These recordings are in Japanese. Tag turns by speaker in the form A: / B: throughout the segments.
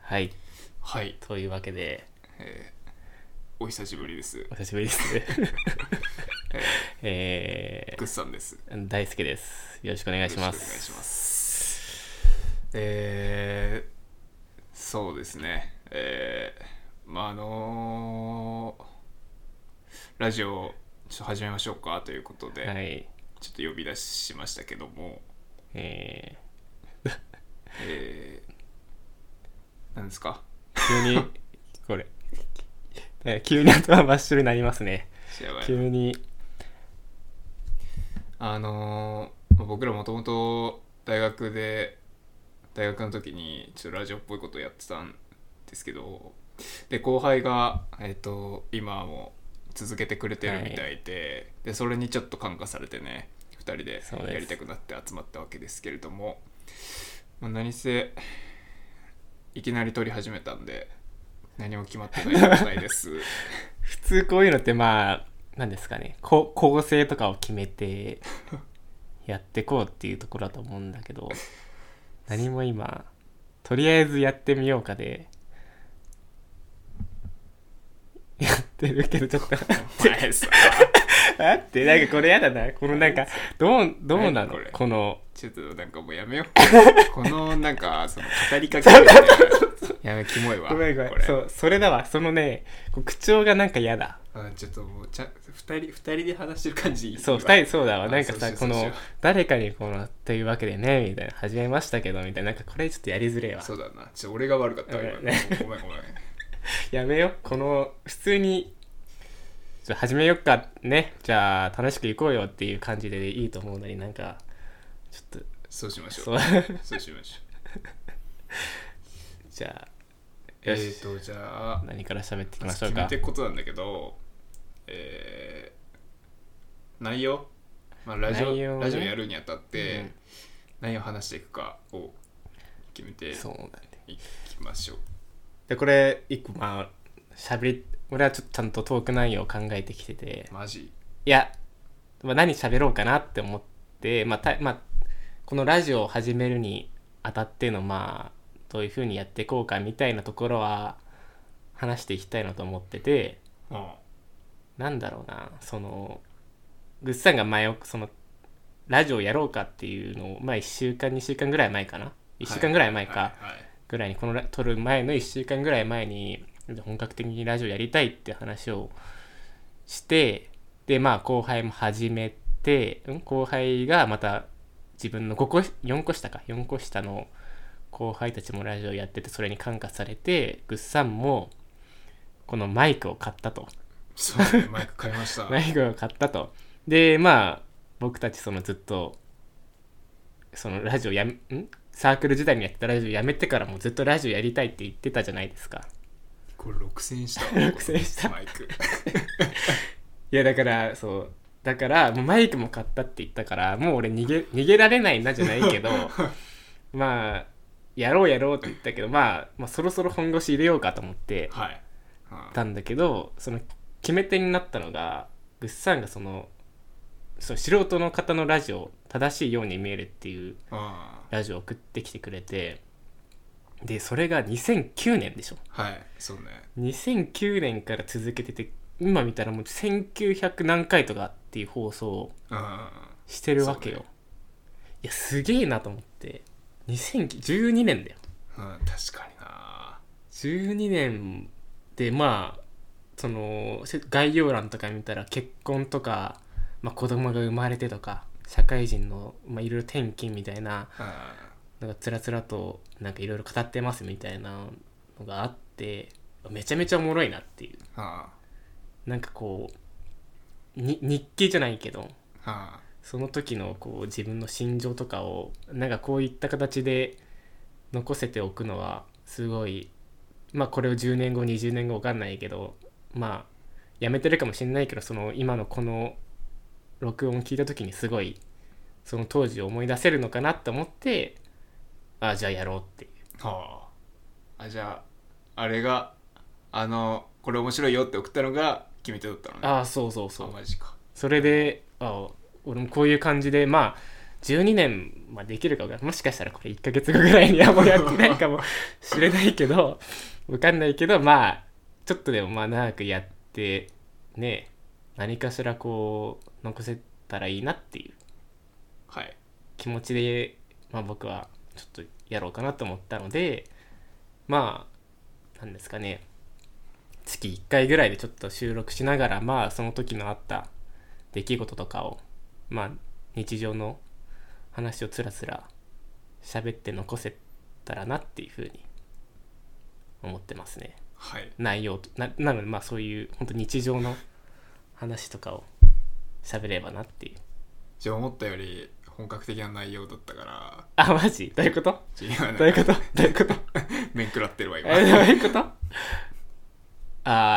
A: はい。
B: はい、
A: というわけで、
B: えーお久しぶり です
A: お久しぶりです。 え
B: グッさんです
A: ー、大輔です。よろしくお願いしま。
B: よろしくお願いしますすえーそうですねえーまああのーラジオちょっと始めましょうかということで、
A: はい。
B: ちょっと呼び出しましたけども
A: え
B: えー、なんですか
A: ー、急に、これ、えー急に頭真っ白になりますね。
B: やばい
A: 急に、
B: あのーまあ僕らもともと大学で大学の時にちょっとラジオっぽいことやってたんですけどで後輩が、えっと今も続けてくれてるみたいで,、でそれにちょっと感化されてね2人で
A: そうです
B: やりたくなって集まったわけですけれども、まあ、何せいきなり撮り始めたんで何も決まってない状態です
A: 普通こういうのってまあ、なんですかね、こ構成とかを決め て、やってこうっていうところだと思うんだけど、何も今、とりあえずやってみようかで、やってるけど、ちょっ と。
B: お前さ
A: 待って、なんかこれやだな。このなんか、どう、どうな
B: 何
A: の
B: これ
A: この、
B: ちょっとなんかもうやめよう。 このなんか、その語りかけるみたいなやめ、キモいわ。
A: ごめんごめ
B: こ
A: ん。
B: れ
A: そう、それだわ。そのね、こう口調がなんかやだ。
B: あちょっともうちゃ、二人、二人で話してる感じいいわ。
A: そう、二人そうだわ。
B: あ
A: なんか
B: そうし
A: さ、
B: よう
A: こ
B: そうしよ
A: の
B: う、
A: 誰かにこの、というわけでね、みたいな、始めましたけど、みたいな、なんかこれちょっとやりづれえわ。
B: そうだな。ちょっと俺が悪かったわ。今
A: ご
B: ご
A: め
B: め
A: ん
B: ん
A: ね
B: ごめん。
A: やめよ。この、普通に、ちょ始めよっか、ね。じゃあ、楽しく行こうよっていう感じでいいと思うのになんか、ちょっと、
B: そうしましょ。
A: そうう。
B: そうしましょう。
A: じゃあ、
B: え
A: よ
B: っ、
A: し。
B: と、じゃあ、
A: 何から喋っていきましょう
B: 決
A: か。
B: めていくことなんだけど、えー、内容まあ、ラジ
A: 内容
B: オ、
A: ね
B: ラジオやるにあたっ
A: う
B: て
A: ん、
B: 何を話していくかを決めてい
A: そうなんだね。
B: きましょう。
A: でこれ一個まあしゃべり俺はちょっとちゃんとトーク内容を考えてきてて
B: マジ
A: いや、まあ、何喋ろうかなって思って、まあたまあ、このラジオを始めるにあたってのまあどういうふうにやっていこうかみたいなところは話していきたいなと思ってて
B: うん。
A: なんだろうなそのぐっさんが前をそのラジオやろうかっていうのをまあ1週間2週間ぐらい前かな1週間ぐらい前か、
B: はいはい
A: ぐらいにこのラ撮る前の1週間ぐらい前に本格的にラジオやりたいって話をしてでまあ後輩も始めて、うん、後輩がまた自分の5個4個下か4個下の後輩たちもラジオやっててそれに感化されてぐっさんもこのマイクを買ったと
B: そうねマイク買いました
A: マイクを買ったとでまあ僕たちそのずっとそのラジオやめんサークル時代にやってたラジオやめてからもずっとラジオやりたいって言ってたじゃないですか
B: これ6000円した
A: 6000した
B: マイク
A: いやだからそうだからもうマイクも買ったって言ったからもう俺逃げ逃げられないなじゃないけどまあやろうやろうって言ったけど、まあ、まあそろそろ本腰入れようかと思って
B: はい、うん
A: たんだけどその決め手になったのがぐっさんがそのその素人の方のラジオ正しいように見えるっていう
B: うんは
A: ラジオを送ってきてくれてでそれが2009年でしょ
B: いそうね
A: 2009年から続けてて今見たらもう1900何回とかっていう放送を
B: うん
A: してるわけよ、
B: そう
A: いやすげえなと思って2012年だよ
B: うん確かにな
A: 12年でまあそのせ概要欄とか見たら結婚とか、まあ、子供が生まれてとか社会人のまあいろいろ転勤みたいななんかつらつらとなんかいろいろ語ってますみたいなのがあってめちゃめちゃおもろいなっていう
B: うんうん
A: なんかこうに日記じゃないけど
B: うん
A: その時のこう自分の心情とかをなんかこういった形で残せておくのはすごいまあこれを10年後20年後わかんないけどまあやめてるかもしれないけどその今のこの録音聞いた時にすごいその当時を思い出せるのかなって思ってああじゃあやろうっていう
B: はああじゃああれがあのこれ面白いよって送ったのが決め手だったのね
A: ああそうそうそう
B: あマジか
A: それであ俺もこういう感じでまあ12年まあできるか分かんないもしかしたらこれ1ヶ月後ぐらいに はもうやってないかもしれないけど分かんないけどまあちょっとでもまあ長くやってね何かしらこう残せたらいいなっていう
B: はい
A: 気持ちで、まあ、僕はちょっとやろうかなと思ったのでまあなんですかね月1回ぐらいでちょっと収録しながらまあその時のあった出来事とかをまあ日常の話をつらつら喋って残せたらなっていうふうに思ってますね
B: はい
A: 内容とななのでまあそういう本当日常の話とかを喋ればなっていう
B: じゃあ思ったより本格的な内容だったから
A: あマジどういうこと
B: 違うな
A: どういうことどういうこと
B: 面食らってるわ今
A: えどういうことあ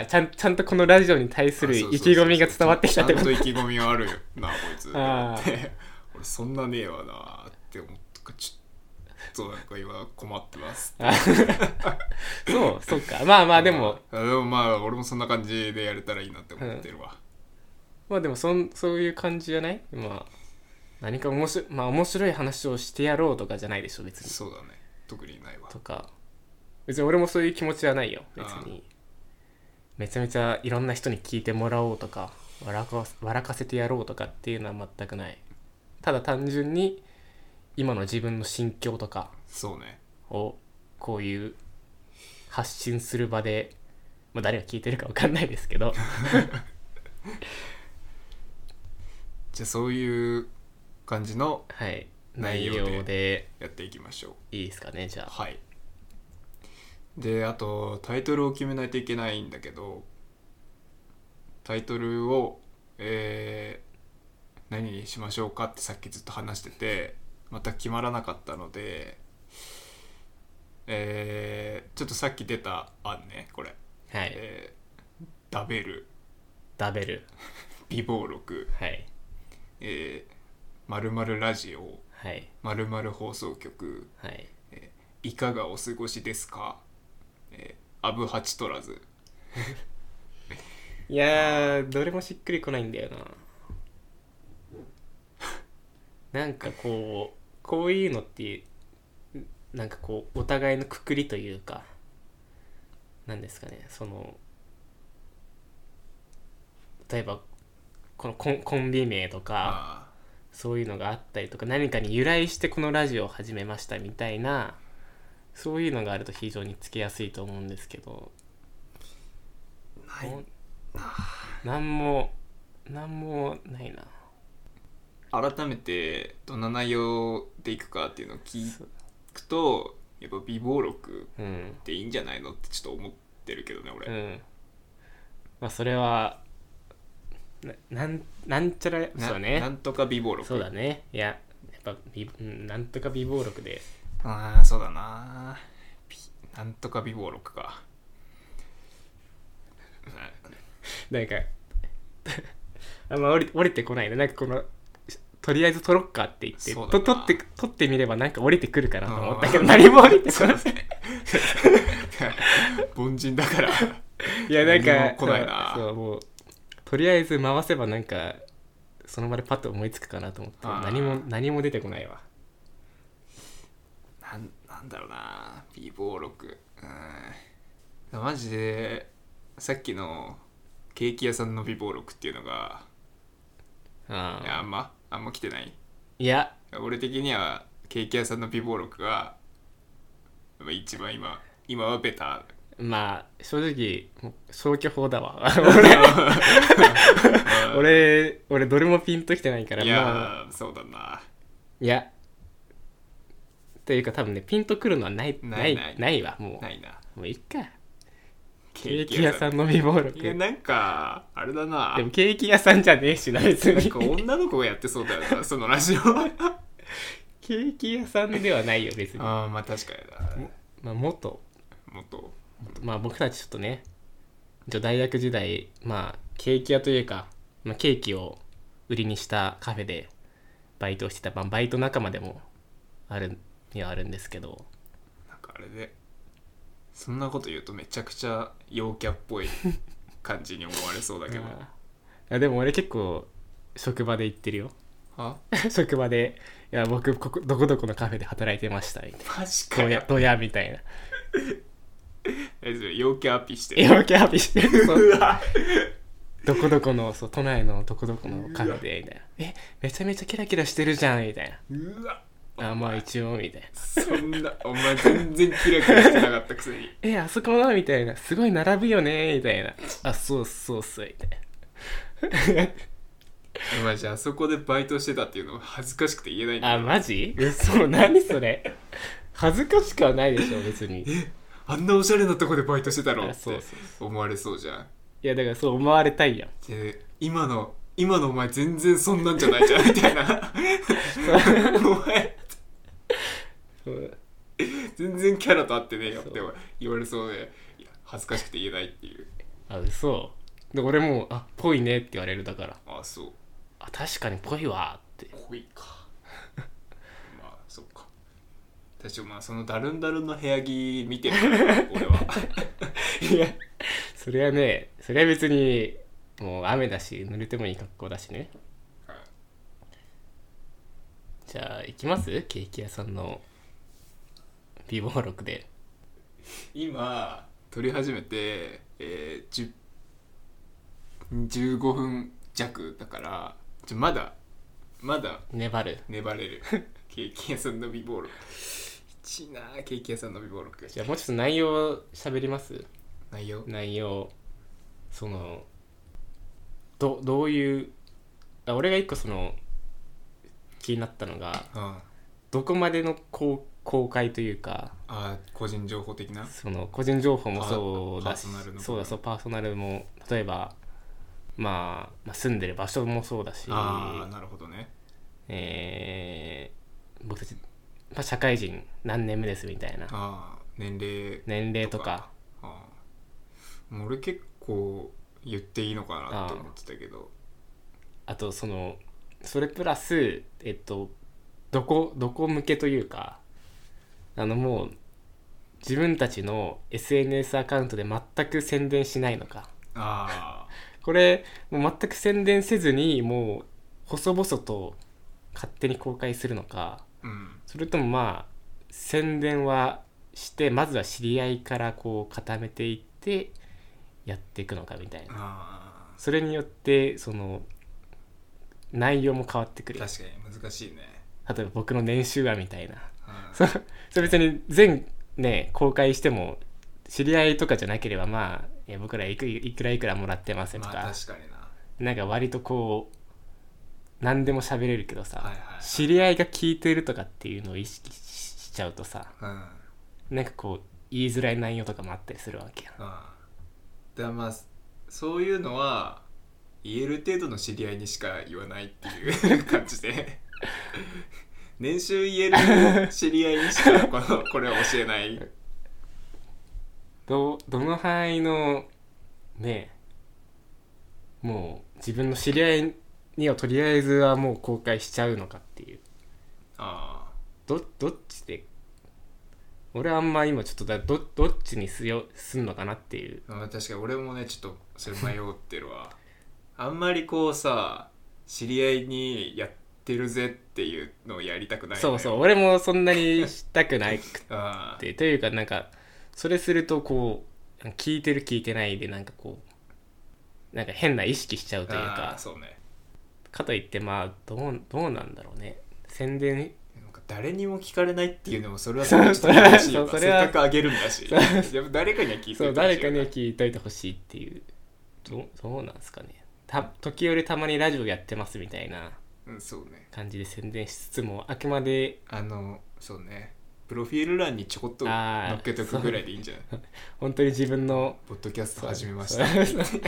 A: あちゃんちゃんとこのラジオに対する
B: あそうそう
A: 意気込みが伝わってきたってこ
B: ち
A: と
B: ゃんと意気込みはあるよなこいつ
A: あー
B: って俺そんなねえわなって思ったからちょっとなんか今困ってます
A: あそうそうかまあまあでも、
B: あでもまあ俺もそんな感じでやれたらいいなって思ってるわ、
A: まあでもそんそういう感じじゃないまあ何か面白,、まあ、面白い話をしてやろうとかじゃないでしょ別に
B: そうだね特にないわ
A: とか別に俺もそういう気持ちはないよ別
B: あ
A: にめちゃめちゃいろんな人に聞いてもらおうとか笑かす笑かせてやろうとかっていうのは全くないただ単純に今の自分の心境とか
B: そうね
A: をこういう発信する場で、まあ、誰が聞いてるか分かんないですけ ど
B: じゃあそういう感じの
A: はい内
B: 内容で
A: 容で
B: やっていきましょう
A: いいですかねじゃあ
B: はいであとタイトルを決めないといけないんだけどタイトルを、えー何にしましょうかってさっきずっと話しててまた決まらなかったので、えーちょっとさっき出た案ねこれ、
A: はい
B: えーダベル
A: ダベル
B: 美貌録
A: はい
B: えー、〇〇ラジオ
A: はい
B: 〇〇放送局
A: はい
B: いかがお過ごしですか、えー、アブハチトラズ
A: いやーどれもしっくりこないんだよな なんかこうこういうのってなんかこうお互いのくくりというかなんですかねその例えばこのコンコンビ名とか
B: あ
A: そういうのがあったりとか何かに由来してこのラジオを始めましたみたいなそういうのがあると非常につけやすいと思うんですけど
B: あない
A: なんもなんもないな
B: 改めてどんな内容でいくかっていうのを聞
A: そう
B: くとやっぱ美貌録
A: うん
B: っていいんじゃないのってちょっと思ってるけどね俺、
A: うんまあそれはななんなんちゃら
B: な
A: そう
B: な
A: ね
B: んとか美貌録
A: そうだねいややっぱ美うんなんとか美貌録で
B: ああそうだなびなんとか美貌録か
A: なんか あんま降り降りてこないねなんかこのしとりあえず撮ろっかって言って
B: そうだ
A: と
B: な
A: 撮って撮ってみればなんか降りてくるかなと思ったけ
B: う
A: ど
B: ん
A: 何も降 りてこない
B: 凡人だから
A: いやなん
B: 何
A: か
B: も来ないな
A: そうそうもうとりあえず回せばなんかその場でパッと思いつくかなと思って
B: あー
A: 何も何も出てこないわ
B: なんなんだろうな美貌録うんマジでさっきのケーキ屋さんの美貌録っていうのが
A: あ
B: いやあ
A: ー
B: んまあんま来てない
A: いや
B: 俺的にはケーキ屋さんの美貌録がまあ一番今今はベタ
A: まあ正直もう消去法だわ
B: ー
A: 俺俺どれもピンときてないから
B: い
A: まあ
B: やーそうだない
A: やというか多分ねピンとくるのはない
B: な
A: ないい
B: ない
A: ないわもう
B: ないな
A: もういっかケーキ屋さんの未暴録
B: いや
A: で
B: なんかあれだな
A: もケーキ屋さんじゃねえしな別
B: なん
A: に
B: か女の子がやってそうだよ なそのラジオ
A: ケーキ屋さんではないよ別に
B: ああまあ確かに
A: ま
B: な
A: あ元
B: もっと
A: まあ僕たちちょっとね一応大学時代まあケーキ屋というか、まあ、ケーキを売りにしたカフェでバイトをしてた、まあ、バイト仲間でもあるにはあるんですけど
B: なんかあれでそんなこと言うとめちゃくちゃ陽キャっぽい感じに思われそうだけど
A: まああでも俺結構職場で行ってるよ
B: あ
A: 職場でや僕ここどこどこのカフェで働いてましたみたい
B: マジ
A: な
B: か
A: どや
B: よ
A: どやみたいな
B: えそれ陽キャアピしてる
A: 陽キャビしてる そう
B: うわ
A: どこどこのそう都内のどこどこのカフェでみたいなえめちゃめちゃキラキラしてるじゃんみたいう
B: わ
A: なあまあ一応みたいな
B: そんなお前全然キラキラしてなかったくせに
A: えあそこのみたいなすごい並ぶよねみたいなあそうそうそうみたいな
B: お前じゃあそこでバイトしてたっていうのは恥ずかしくて言えないんだ
A: あマジ嘘何それ恥ずかしくはないでしょ別にい
B: あんなおしゃれなとこでバイトしてたろ
A: あ
B: っ
A: そう
B: て
A: そう
B: 思われそうじゃん
A: やだからそう思われたいやん
B: で今の今のお前全然そんなんじゃないじゃんみたいなお前
A: そう
B: 全然キャラと合ってねえよっ
A: そう
B: て言われそうでいや恥ずかしくて言えないっていう
A: あ嘘で俺もあぽいねって言われるだから
B: あそう
A: あ確かにぽいわって
B: 濃いか まあそっか私もまあそのダルンダルンの部屋着見てるから俺 はい
A: やそれはねそれは別にもう雨だし濡れてもいい格好だしねじゃあ行きますケーキ屋さんの美貌録で
B: 今撮り始めて、えー、10 15分弱だからちょまだまだ
A: 粘る
B: 粘れ るケーキ屋さんの美貌録いいなあケーキ屋さんの美貌録
A: じゃあもうちょっと内容喋ります
B: 内容
A: 内容そのどどういうあ俺が一個その気になったのが
B: あ
A: どこまでの公公開というか
B: あ個人情報的な
A: その個人情報もそうだし
B: パーソナルの部分
A: そうだそうパーソナルも例えば、まあ、まあ住んでる場所もそうだし、
B: ああなるほどね
A: えー僕たち、まあ、社会人何年目ですみたいな
B: ああ年齢
A: 年齢とか
B: ああもう俺結構言っていいのかなって思ってたけど
A: あとそのそれプラスえっとどこどこ向けというかあのもう自分たちの SNS アカウントで全く宣伝しないのか
B: あ
A: これもう全く宣伝せずにもう細々と勝手に公開するのか
B: あうん
A: それともまあ宣伝はしてまずは知り合いからこう固めていってやっていくのかみたいな
B: あ
A: それによってその内容も変わってく
B: あ
A: る
B: 確かに難しいね、
A: 例えば僕の年収はみたいな
B: うん
A: そそれ別に全ね公開しても知り合いとかじゃなければまあいや僕らいくいくらいくらもらってますとか、
B: まあ確かにな
A: なんか割とこう何でも喋れるけどさ、
B: はいはいはい
A: 知り合いが聞いてるとかっていうのを意識ししちゃうとさ
B: うんあ
A: なんかこう言いづらい内容とかもあったりするわけやん
B: あだからまあそういうのは言える程度の知り合いにしか言わないっていう感じ で年収言える知り合いにしかこのこれは教えない
A: どどの範囲のねもう自分の知り合いにはとりあえずはもう公開しちゃうのかっていう
B: あ
A: どどっちで俺あんま今ちょっとだどどっちにすよすんのかなっていう
B: あまあ確かに俺もねちょっとそれ迷って るわあんまりこうさ知り合いにやってるぜっていうのをやりたくないの
A: そ
B: よ
A: うそう俺もそんなにしたくないく
B: ああ
A: てというかなんかそれするとこう聞いてる聞いてないでなんかこうなんか変な意識しちゃうという
B: あ
A: か
B: あそうね
A: かといってまあどうどうなんだろうね宣伝
B: なんか誰にも聞かれないっていうのもそれはそれはちょっと悲しいよな
A: そうそ
B: せ
A: れは
B: っかくあげるんだしでも誰かには聞いて
A: そう
B: る
A: 誰かには聞いといてほしいっていうどうどうなんですかねた時折たまにラジオやってますみたいな
B: うんそうね
A: 感じで宣伝しつつもあくまで
B: あのそうねプロフィール欄にちょこっと載っけとくぐらいでいいんじゃない
A: 本当に自分の
B: ポッドキャスト始めまし
A: そ
B: た
A: うそう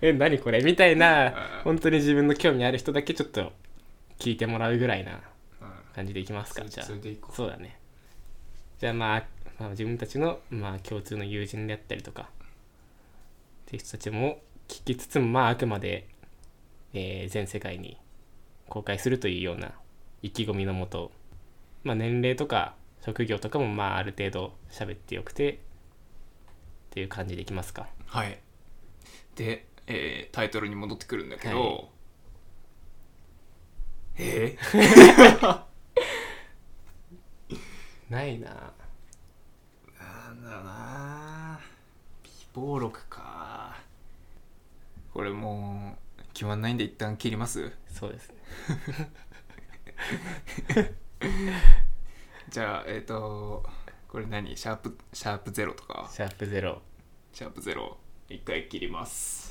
A: え何これみたいな
B: うん
A: 本当に自分の興味ある人だけちょっと聞いてもらうぐらいな
B: うん
A: 感じでいきますかじゃあ
B: それでいこう
A: そうだねじゃあまあ、まあ、自分たちの、まあ、共通の友人であったりとかっていう人たちも聞きつつもまああくまで、えー全世界に公開するというような意気込みのもと、まあ、年齢とか職業とかもまあある程度喋ってよくてっていう感じでいきますか
B: はいで、えータイトルに戻ってくるんだけど、え
A: ないな
B: なんだろうな美貌録かこれもう決まんないんで一旦切ります
A: そうですね
B: じゃあえっ、とこれ何シャープシャープゼロとか
A: シャープゼロ
B: シャープゼロ一回切ります